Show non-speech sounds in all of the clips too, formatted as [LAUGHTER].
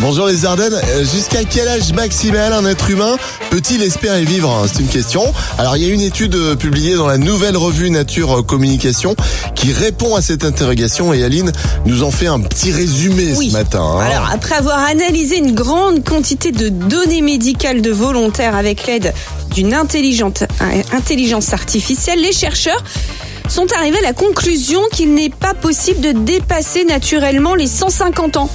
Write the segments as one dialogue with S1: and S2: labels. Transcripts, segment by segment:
S1: Bonjour les Ardennes, Euh, jusqu'à quel âge maximal un être humain peut-il espérer vivre hein, C'est une question. Alors il y a une étude euh, publiée dans la nouvelle revue Nature euh, Communication qui répond à cette interrogation et Aline nous en fait un petit résumé
S2: Oui.
S1: ce matin. hein.
S2: Alors, après avoir analysé une grande quantité de données médicales de volontaires avec l'aide d'une intelligente, euh, intelligence artificielle, les chercheurs sont arrivés à la conclusion qu'il n'est pas possible de dépasser naturellement les 150 ans.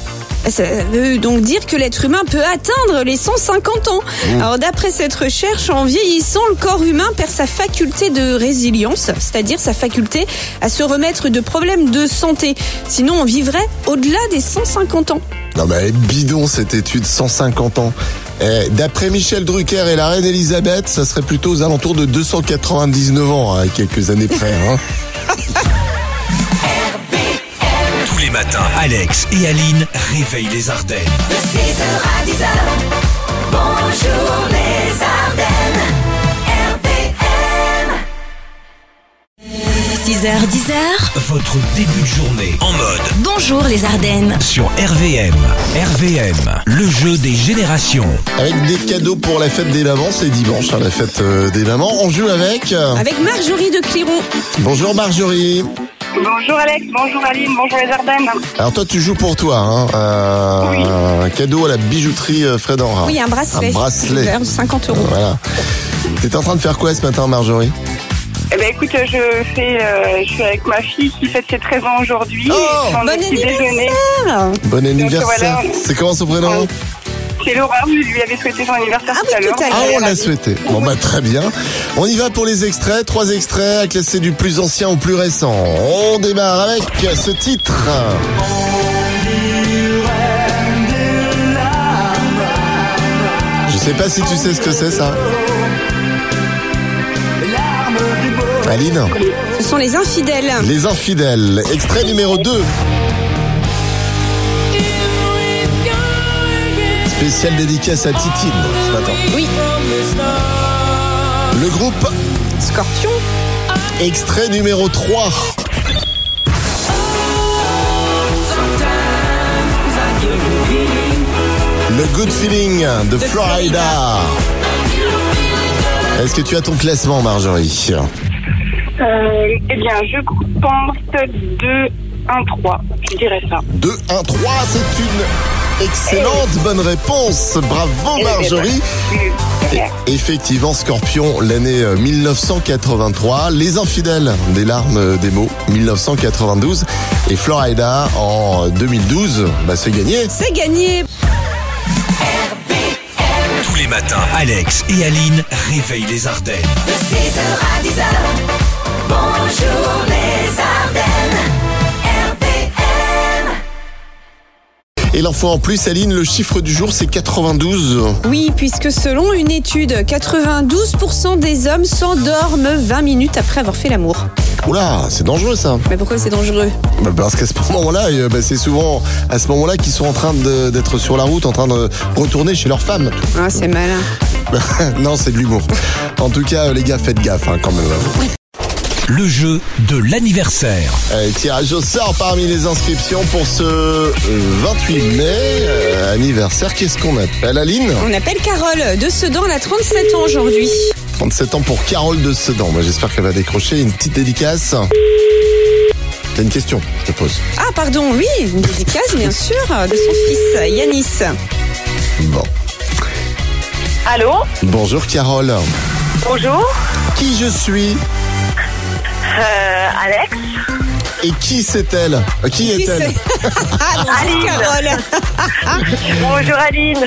S2: Ça veut donc dire que l'être humain peut atteindre les 150 ans. Alors d'après cette recherche, en vieillissant, le corps humain perd sa faculté de résilience, c'est-à-dire sa faculté à se remettre de problèmes de santé. Sinon, on vivrait au-delà des 150 ans.
S1: Non mais elle est bidon cette étude, 150 ans. Eh, D'après Michel Drucker et la reine Elisabeth, ça serait plutôt aux alentours de 299 ans, à quelques années près. hein.
S3: Tous les matins, Alex et Aline réveillent les Ardennes.
S4: De 6h à 10h, bonjour les Ardennes, RPM.
S5: 6h, 10h,
S3: Votre début de journée en mode
S5: bonjour les Ardennes.
S3: sur RVM. RVM, le jeu des générations.
S1: Avec des cadeaux pour la fête des mamans, c'est dimanche hein, la fête euh, des mamans. On joue avec. euh,
S2: Avec Marjorie de Cliron.
S1: Bonjour Marjorie.
S6: Bonjour Alex, bonjour Aline, bonjour les Ardennes.
S1: Alors toi tu joues pour toi. Hein. Euh, Un cadeau à la bijouterie euh, Fred Enra.
S2: Oui, un bracelet.
S1: Un bracelet.
S2: de 50 euros.
S1: Voilà. T'étais en train de faire quoi ce matin Marjorie
S6: Eh ben écoute, je fais, euh, je suis avec ma fille qui fête ses 13 ans aujourd'hui.
S1: Oh,
S6: et on
S2: bon
S6: a petit
S2: anniversaire.
S6: déjeuner.
S2: Ah
S1: Bon anniversaire.
S6: voilà.
S1: C'est comment son prénom
S6: C'est Laura, je lui avais souhaité son anniversaire
S2: Ah
S6: tout à
S2: oui,
S6: l'heure.
S2: tout à
S1: Ah,
S2: l'heure.
S1: on l'a souhaité. Bon, bah, très bien. On y va pour les extraits. Trois extraits à classer du plus ancien au plus récent. On démarre avec ce titre. Je sais pas si tu sais ce que c'est, ça. Aline,
S2: Ce sont les infidèles.
S1: les infidèles. Extrait numéro 2. Spéciale dédicace à Titine ce matin.
S2: Oui,
S1: Le groupe
S2: Scorpion.
S1: Extrait numéro 3. Le Good Feeling de Florida. Est-ce que tu as ton classement, Marjorie
S6: Euh, eh bien, je pense 2, 1, 3. Je dirais ça.
S1: 2, 1, 3, c'est une excellente bonne réponse. Bravo, Marjorie.
S6: Mmh.
S1: Effectivement, Scorpion, l'année euh, 1983, Les Infidèles, des larmes euh, des mots, 1992, et Florida en euh, 2012, bah c'est gagné.
S2: C'est gagné.
S3: Tous les matins, Alex et Aline réveillent les Ardennes.
S4: De 6h à 10h, bonjour les Ardennes, RPM.
S1: Et l'enfant en plus, Aline, le chiffre du jour c'est 92.
S2: Oui, puisque selon une étude, 92% des hommes s'endorment 20 minutes après avoir fait l'amour.
S1: Oula, c'est dangereux ça.
S2: Mais pourquoi c'est dangereux
S1: Bah, parce qu'à ce moment-là, euh, bah, c'est souvent à ce moment-là qu'ils sont en train de- d'être sur la route, en train de retourner chez leur femme.
S2: Ah, c'est malin.
S1: [LAUGHS] non, c'est de l'humour. En tout cas, euh, les gars, faites gaffe hein, quand même.
S3: Le jeu de l'anniversaire.
S1: Allez, tirage au sort parmi les inscriptions pour ce euh, 28 mai euh, anniversaire. Qu'est-ce qu'on appelle Aline
S2: On appelle Carole de Sedan, elle a 37 ans aujourd'hui.
S1: 37 ans pour Carole de Sedan. Moi, j'espère qu'elle va décrocher une petite dédicace. T'as une question, je te pose.
S2: Ah, pardon, oui, une dédicace, bien sûr, de son fils Yanis.
S1: Bon.
S6: Allô
S1: Bonjour Carole.
S6: Bonjour
S1: Qui je suis
S6: euh, Alex
S1: et qui c'est-elle Euh, Qui est-elle
S2: [LAUGHS] Ah, bonjour, Carole.
S6: Bonjour Aline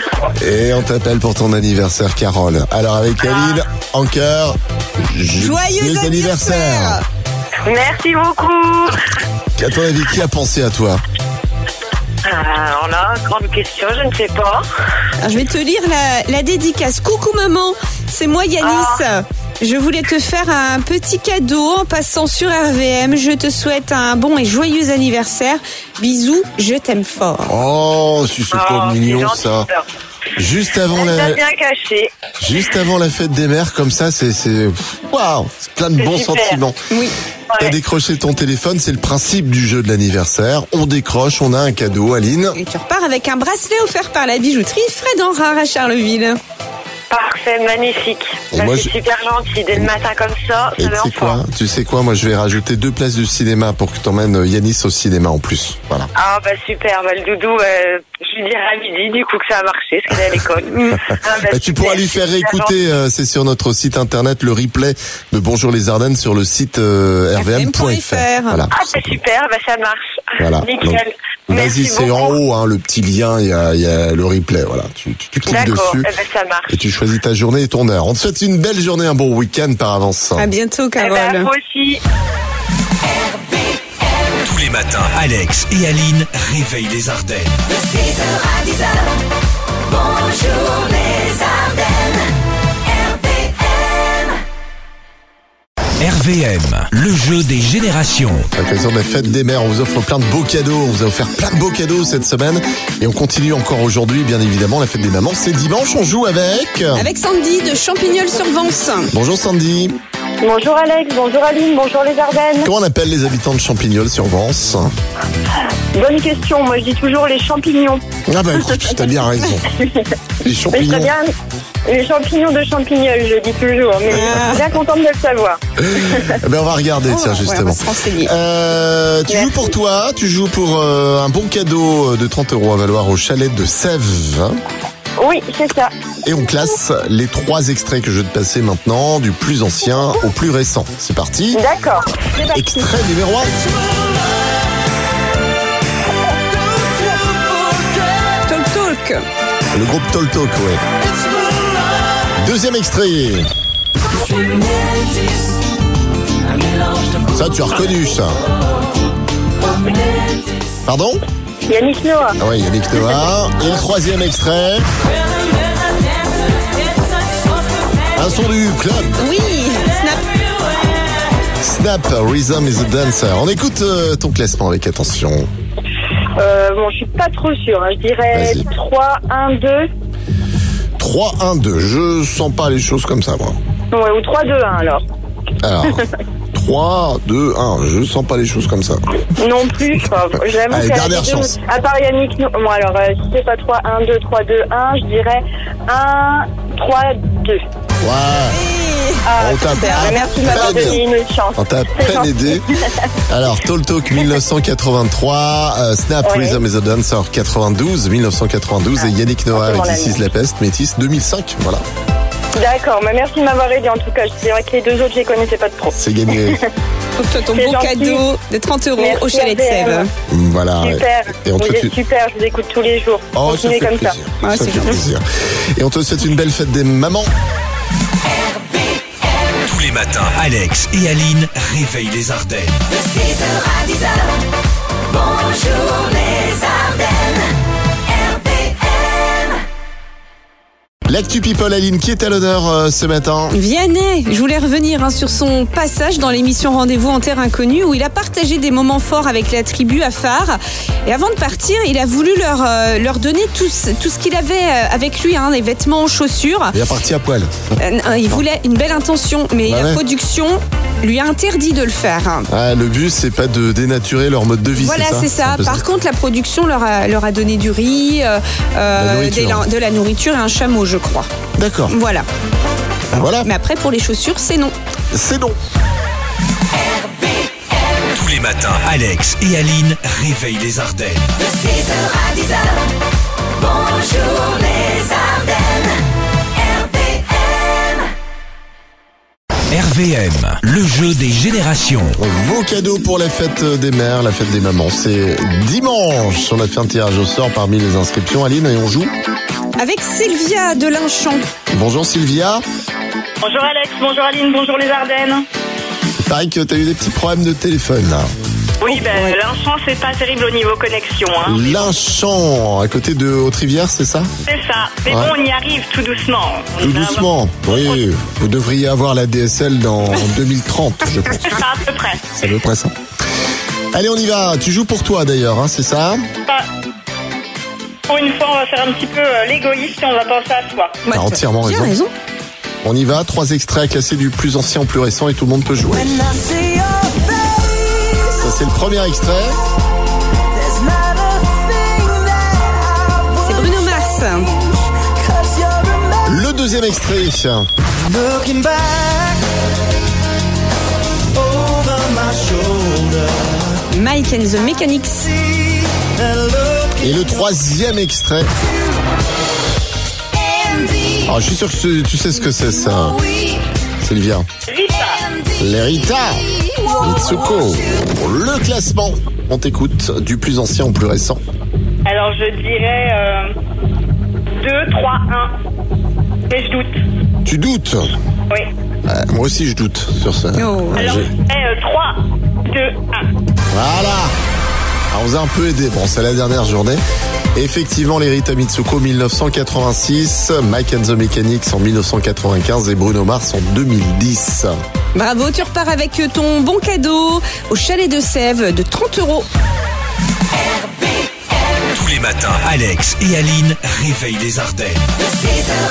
S1: Et on t'appelle pour ton anniversaire, Carole. Alors avec Aline, en cœur, j-
S2: Joyeux
S1: joyeux
S2: anniversaire.
S6: Merci beaucoup
S1: À ton avis, qui a pensé à toi
S6: On a une grande question, je ne sais pas.
S2: Alors, Ah, je vais te lire la, la dédicace. Coucou maman, c'est moi Yanis.
S6: Ah.
S2: Je voulais te faire un petit cadeau en passant sur RVM. Je te souhaite un bon et joyeux anniversaire. Bisous, je t'aime fort.
S6: Oh,
S1: Oh, si c'est pas mignon ça. Juste avant la,
S6: Bien, bien caché.
S1: juste avant la fête des mères, comme ça, c'est, c'est, waouh, c'est plein de
S6: C'est
S1: bons
S6: super.
S1: sentiments.
S2: Oui.
S1: T'as
S6: Ouais.
S1: décroché ton téléphone, c'est le principe du jeu de l'anniversaire. On décroche, on a un cadeau, Aline.
S2: Et tu repars avec un bracelet offert par la bijouterie Fred Enrard à Charleville.
S6: Parfait, magnifique.
S1: Et
S6: Bah,
S1: moi, je-
S6: c'est super gentil. Dès le matin comme ça,
S1: Et
S6: ça
S1: tu
S6: va en
S1: sais quoi Tu sais quoi Moi, je vais rajouter deux places du cinéma pour que t'emmènes euh, Yanis au cinéma en plus. Voilà.
S6: Ah bah super, bah, le doudou, euh, je lui dirai à midi du coup que ça a marché, parce qu'elle est à l'école.
S1: [LAUGHS]
S6: Ah, bah,
S1: Bah, tu
S6: super,
S1: pourras lui faire
S6: c'est super gentil.
S1: réécouter, euh, c'est sur notre site internet, le replay de Bonjour les Ardennes sur le site euh, rvm.fr.
S2: RVM.fr.
S1: Voilà.
S6: Ah bah super, bah ça marche.
S1: Voilà.
S6: Nickel.
S1: Donc,
S6: Merci
S1: Vas-y, c'est en
S6: beaucoup.
S1: haut, hein, le petit lien, il y a, il y a le replay. Voilà. Tu, tu, tu cliques
S6: D'accord,
S1: dessus
S6: eh ben, ça marche.
S1: et tu choisis ta journée et ton heure. On te souhaite une belle journée, un bon week-end par avance. hein.
S2: À bientôt,
S6: Eh
S2: Carole.
S6: ben, vous aussi.
S3: Tous les matins, Alex et Aline réveillent les Ardennes.
S4: De 6h à 10h, bonjour les Ardennes, RPM.
S3: RVM, le jeu des générations.
S1: À l'occasion de la fête des mères, on vous offre plein de beaux cadeaux. On vous a offert plein de beaux cadeaux cette semaine. Et on continue encore aujourd'hui, bien évidemment. La fête des mamans, c'est dimanche. On joue avec.
S2: Avec Sandy de Champignol-sur-Vence.
S1: Bonjour Sandy.
S6: Bonjour Alex, bonjour Aline, bonjour les Ardennes.
S1: Comment on appelle les habitants de hein Champignol-sur-Vence
S6: Bonne question, moi je dis toujours les champignons.
S1: Ah bah écoute, t'as bien
S6: [LAUGHS]
S1: raison. Les
S6: Mais je
S1: champignons.
S6: sais bien les champignons de champignol, je dis toujours, mais je suis bien contente de le savoir.
S1: Eh ben, on va regarder,
S2: Oh,
S1: tiens,
S2: ouais, on
S1: justement.
S2: va se renseigner.
S1: Euh, tu joues pour toi, tu joues pour euh, un bon cadeau de 30 euros à valoir au chalet de Sèvres.
S6: Oui, c'est ça.
S1: Et on classe les trois extraits que je vais te passer maintenant, du plus ancien au plus récent. C'est parti.
S6: D'accord. C'est parti.
S1: Extrait numéro 1.
S2: Talk Talk.
S1: Le groupe Toltok, ouais. Deuxième extrait. Ça, tu as reconnu ça. Pardon
S6: Yannick Noah.
S1: Ah ouais, Yannick Noah. Et le troisième extrait. Un son du club.
S2: Oui,
S6: Ah.
S2: Snap.
S1: Snap, Rhythm is a Dancer. On écoute euh, ton classement avec attention.
S6: Euh, bon, je suis pas trop sûre. hein. Je dirais
S1: Vas-y.
S6: 3, 1, 2.
S1: 3, 1, 2. Je sens pas les choses comme ça, moi.
S6: Ouais, ou 3, 2, 1 alors. [LAUGHS]
S1: Alors, 3, 2, 1. Je sens pas les choses comme ça.
S6: Non plus, quoi. J'avoue
S1: Allez,
S6: qu'à
S1: dernière
S6: deux-
S1: chance.
S6: À part Yannick Noah. Bon, alors, euh, si c'est pas 3, 1, 2, 3, 2, 1, je dirais 1, 3, 2.
S1: Ouais,
S6: Ah,
S1: on t'a
S6: super. Merci de m'avoir
S1: à
S6: donné
S1: peine,
S6: une autre chance.
S1: on t'a à
S6: C'est
S1: peine
S6: gentil. [LAUGHS]
S1: aidé. Alors, Tall Talk 1983, euh, Snap,
S6: Ouais.
S1: Rhythm is a Dancer 92, 1992 et Yannick Noah avec
S6: forcément la
S1: This is la peste, Métis 2005. Voilà,
S6: D'accord, mais merci de m'avoir aidé en tout cas. C'est vrai que les deux autres, je les connaissais pas de trop.
S1: c'est gagné.
S6: [LAUGHS]
S2: Faut que tu aies ton
S6: C'est
S2: beau
S6: gentil.
S2: cadeau de 30 euros
S6: Merci,
S2: au chalet de
S6: RVM.
S2: Sèvres.
S1: voilà.
S6: Super,
S1: Et on
S6: vous
S1: te
S6: êtes
S1: fait...
S6: super, je vous écoute tous les jours.
S1: Oh, ça fait
S6: Continuez comme
S1: plaisir.
S6: ça.
S2: Ouais,
S1: ça
S2: Ah, c'est
S1: fait
S2: gentil.
S1: plaisir. Et on te souhaite une belle fête des mamans.
S3: Tous les matins, Alex et Aline réveillent les Ardennes.
S4: De 6h à 10h, bonjour les Ardennes, RPM.
S1: L'actu people Aline qui est à l'honneur euh, ce matin.
S2: Vianney, je voulais revenir hein, sur son passage dans l'émission Rendez-vous en Terre Inconnue où il a partagé des moments forts avec la tribu à phare. Et avant de partir, il a voulu leur, euh, leur donner tout, ce- tout ce qu'il avait euh, avec lui, hein, les vêtements, chaussures.
S1: Il est parti à poil.
S2: Euh, non, il voulait une belle intention, mais
S1: Bah
S2: la
S1: ouais.
S2: production lui a interdit de le faire. hein.
S1: Ah, le but c'est pas de dénaturer leur mode de vie. Ah,
S2: Voilà, c'est ça.
S1: un peu
S2: Par contre, la production leur a, leur a donné du riz, euh, euh,
S1: nourriture.
S2: des lin- de la nourriture et un chameau, je crois.
S1: D'accord.
S2: Voilà.
S1: Ah, Voilà,
S2: Mais après, pour les chaussures, c'est non.
S1: c'est non.
S3: Tous les matins, Alex et Aline réveillent les Ardennes.
S4: De 6h à 10h, bonjour les Ardennes, RPM.
S3: RVM, le jeu des générations.
S1: Vos cadeaux pour la fête des mères, la fête des mamans. C'est dimanche. On a fait un tirage au sort parmi les inscriptions. Aline, et on joue.
S2: Avec Sylvia de Linchamp.
S1: Bonjour Sylvia.
S6: Bonjour Alex, bonjour Aline, bonjour les Ardennes.
S1: Il paraît que t'as eu des petits problèmes de téléphone là.
S6: Oui, ben l'enfant, c'est pas terrible au niveau connexion.
S1: Ah
S6: Hein.
S1: Lynchon, à côté de Haute-Rivière, c'est ça
S6: C'est ça. Mais
S1: Ouais.
S6: bon, on y arrive tout doucement. On
S1: Tout
S6: va-
S1: doucement. Oui, vous devriez avoir la DSL dans [LAUGHS] 2030, je pense.
S6: C'est ça, à peu près.
S1: C'est à peu près ça. Allez, on y va. Tu joues pour toi d'ailleurs, hein, c'est ça
S6: Ça-
S7: Pour une fois, on va faire un petit peu euh, l'égoïste et on va penser à soi.
S1: T'as entièrement
S2: Bien
S1: raison.
S2: raison.
S1: On y va, trois extraits classés du plus ancien au plus récent et tout le monde peut jouer. Ça c'est le premier extrait.
S2: C'est Bruno Mars.
S1: Le deuxième extrait.
S2: Mike and the Mechanics.
S1: Et le troisième extrait. Alors je suis sûr que tu- tu sais ce que c'est ça, Sylvia.
S7: Rita,
S1: Les Rita. Mitsuko. Pour le classement. On t'écoute du plus ancien au plus récent.
S7: alors je dirais euh, 2, 3, 1. Mais je doute.
S1: Tu doutes
S7: Oui.
S1: Euh, Moi aussi je doute sur ça.
S2: Oh.
S1: Ouais,
S7: Alors
S1: j'ai-
S7: je dirais euh, 3, 2, 1.
S1: Voilà Alors, On vous a un peu aidé, bon c'est la dernière journée. Effectivement, les Rita Mitsuko 1986, Mike and the Mechanics en 1995 et Bruno Mars en 2010.
S2: Bravo, tu repars avec ton bon cadeau au chalet de Sèvres de 30 euros.
S3: Tous les matins, Alex et Aline réveillent les Ardennes.
S8: de 6h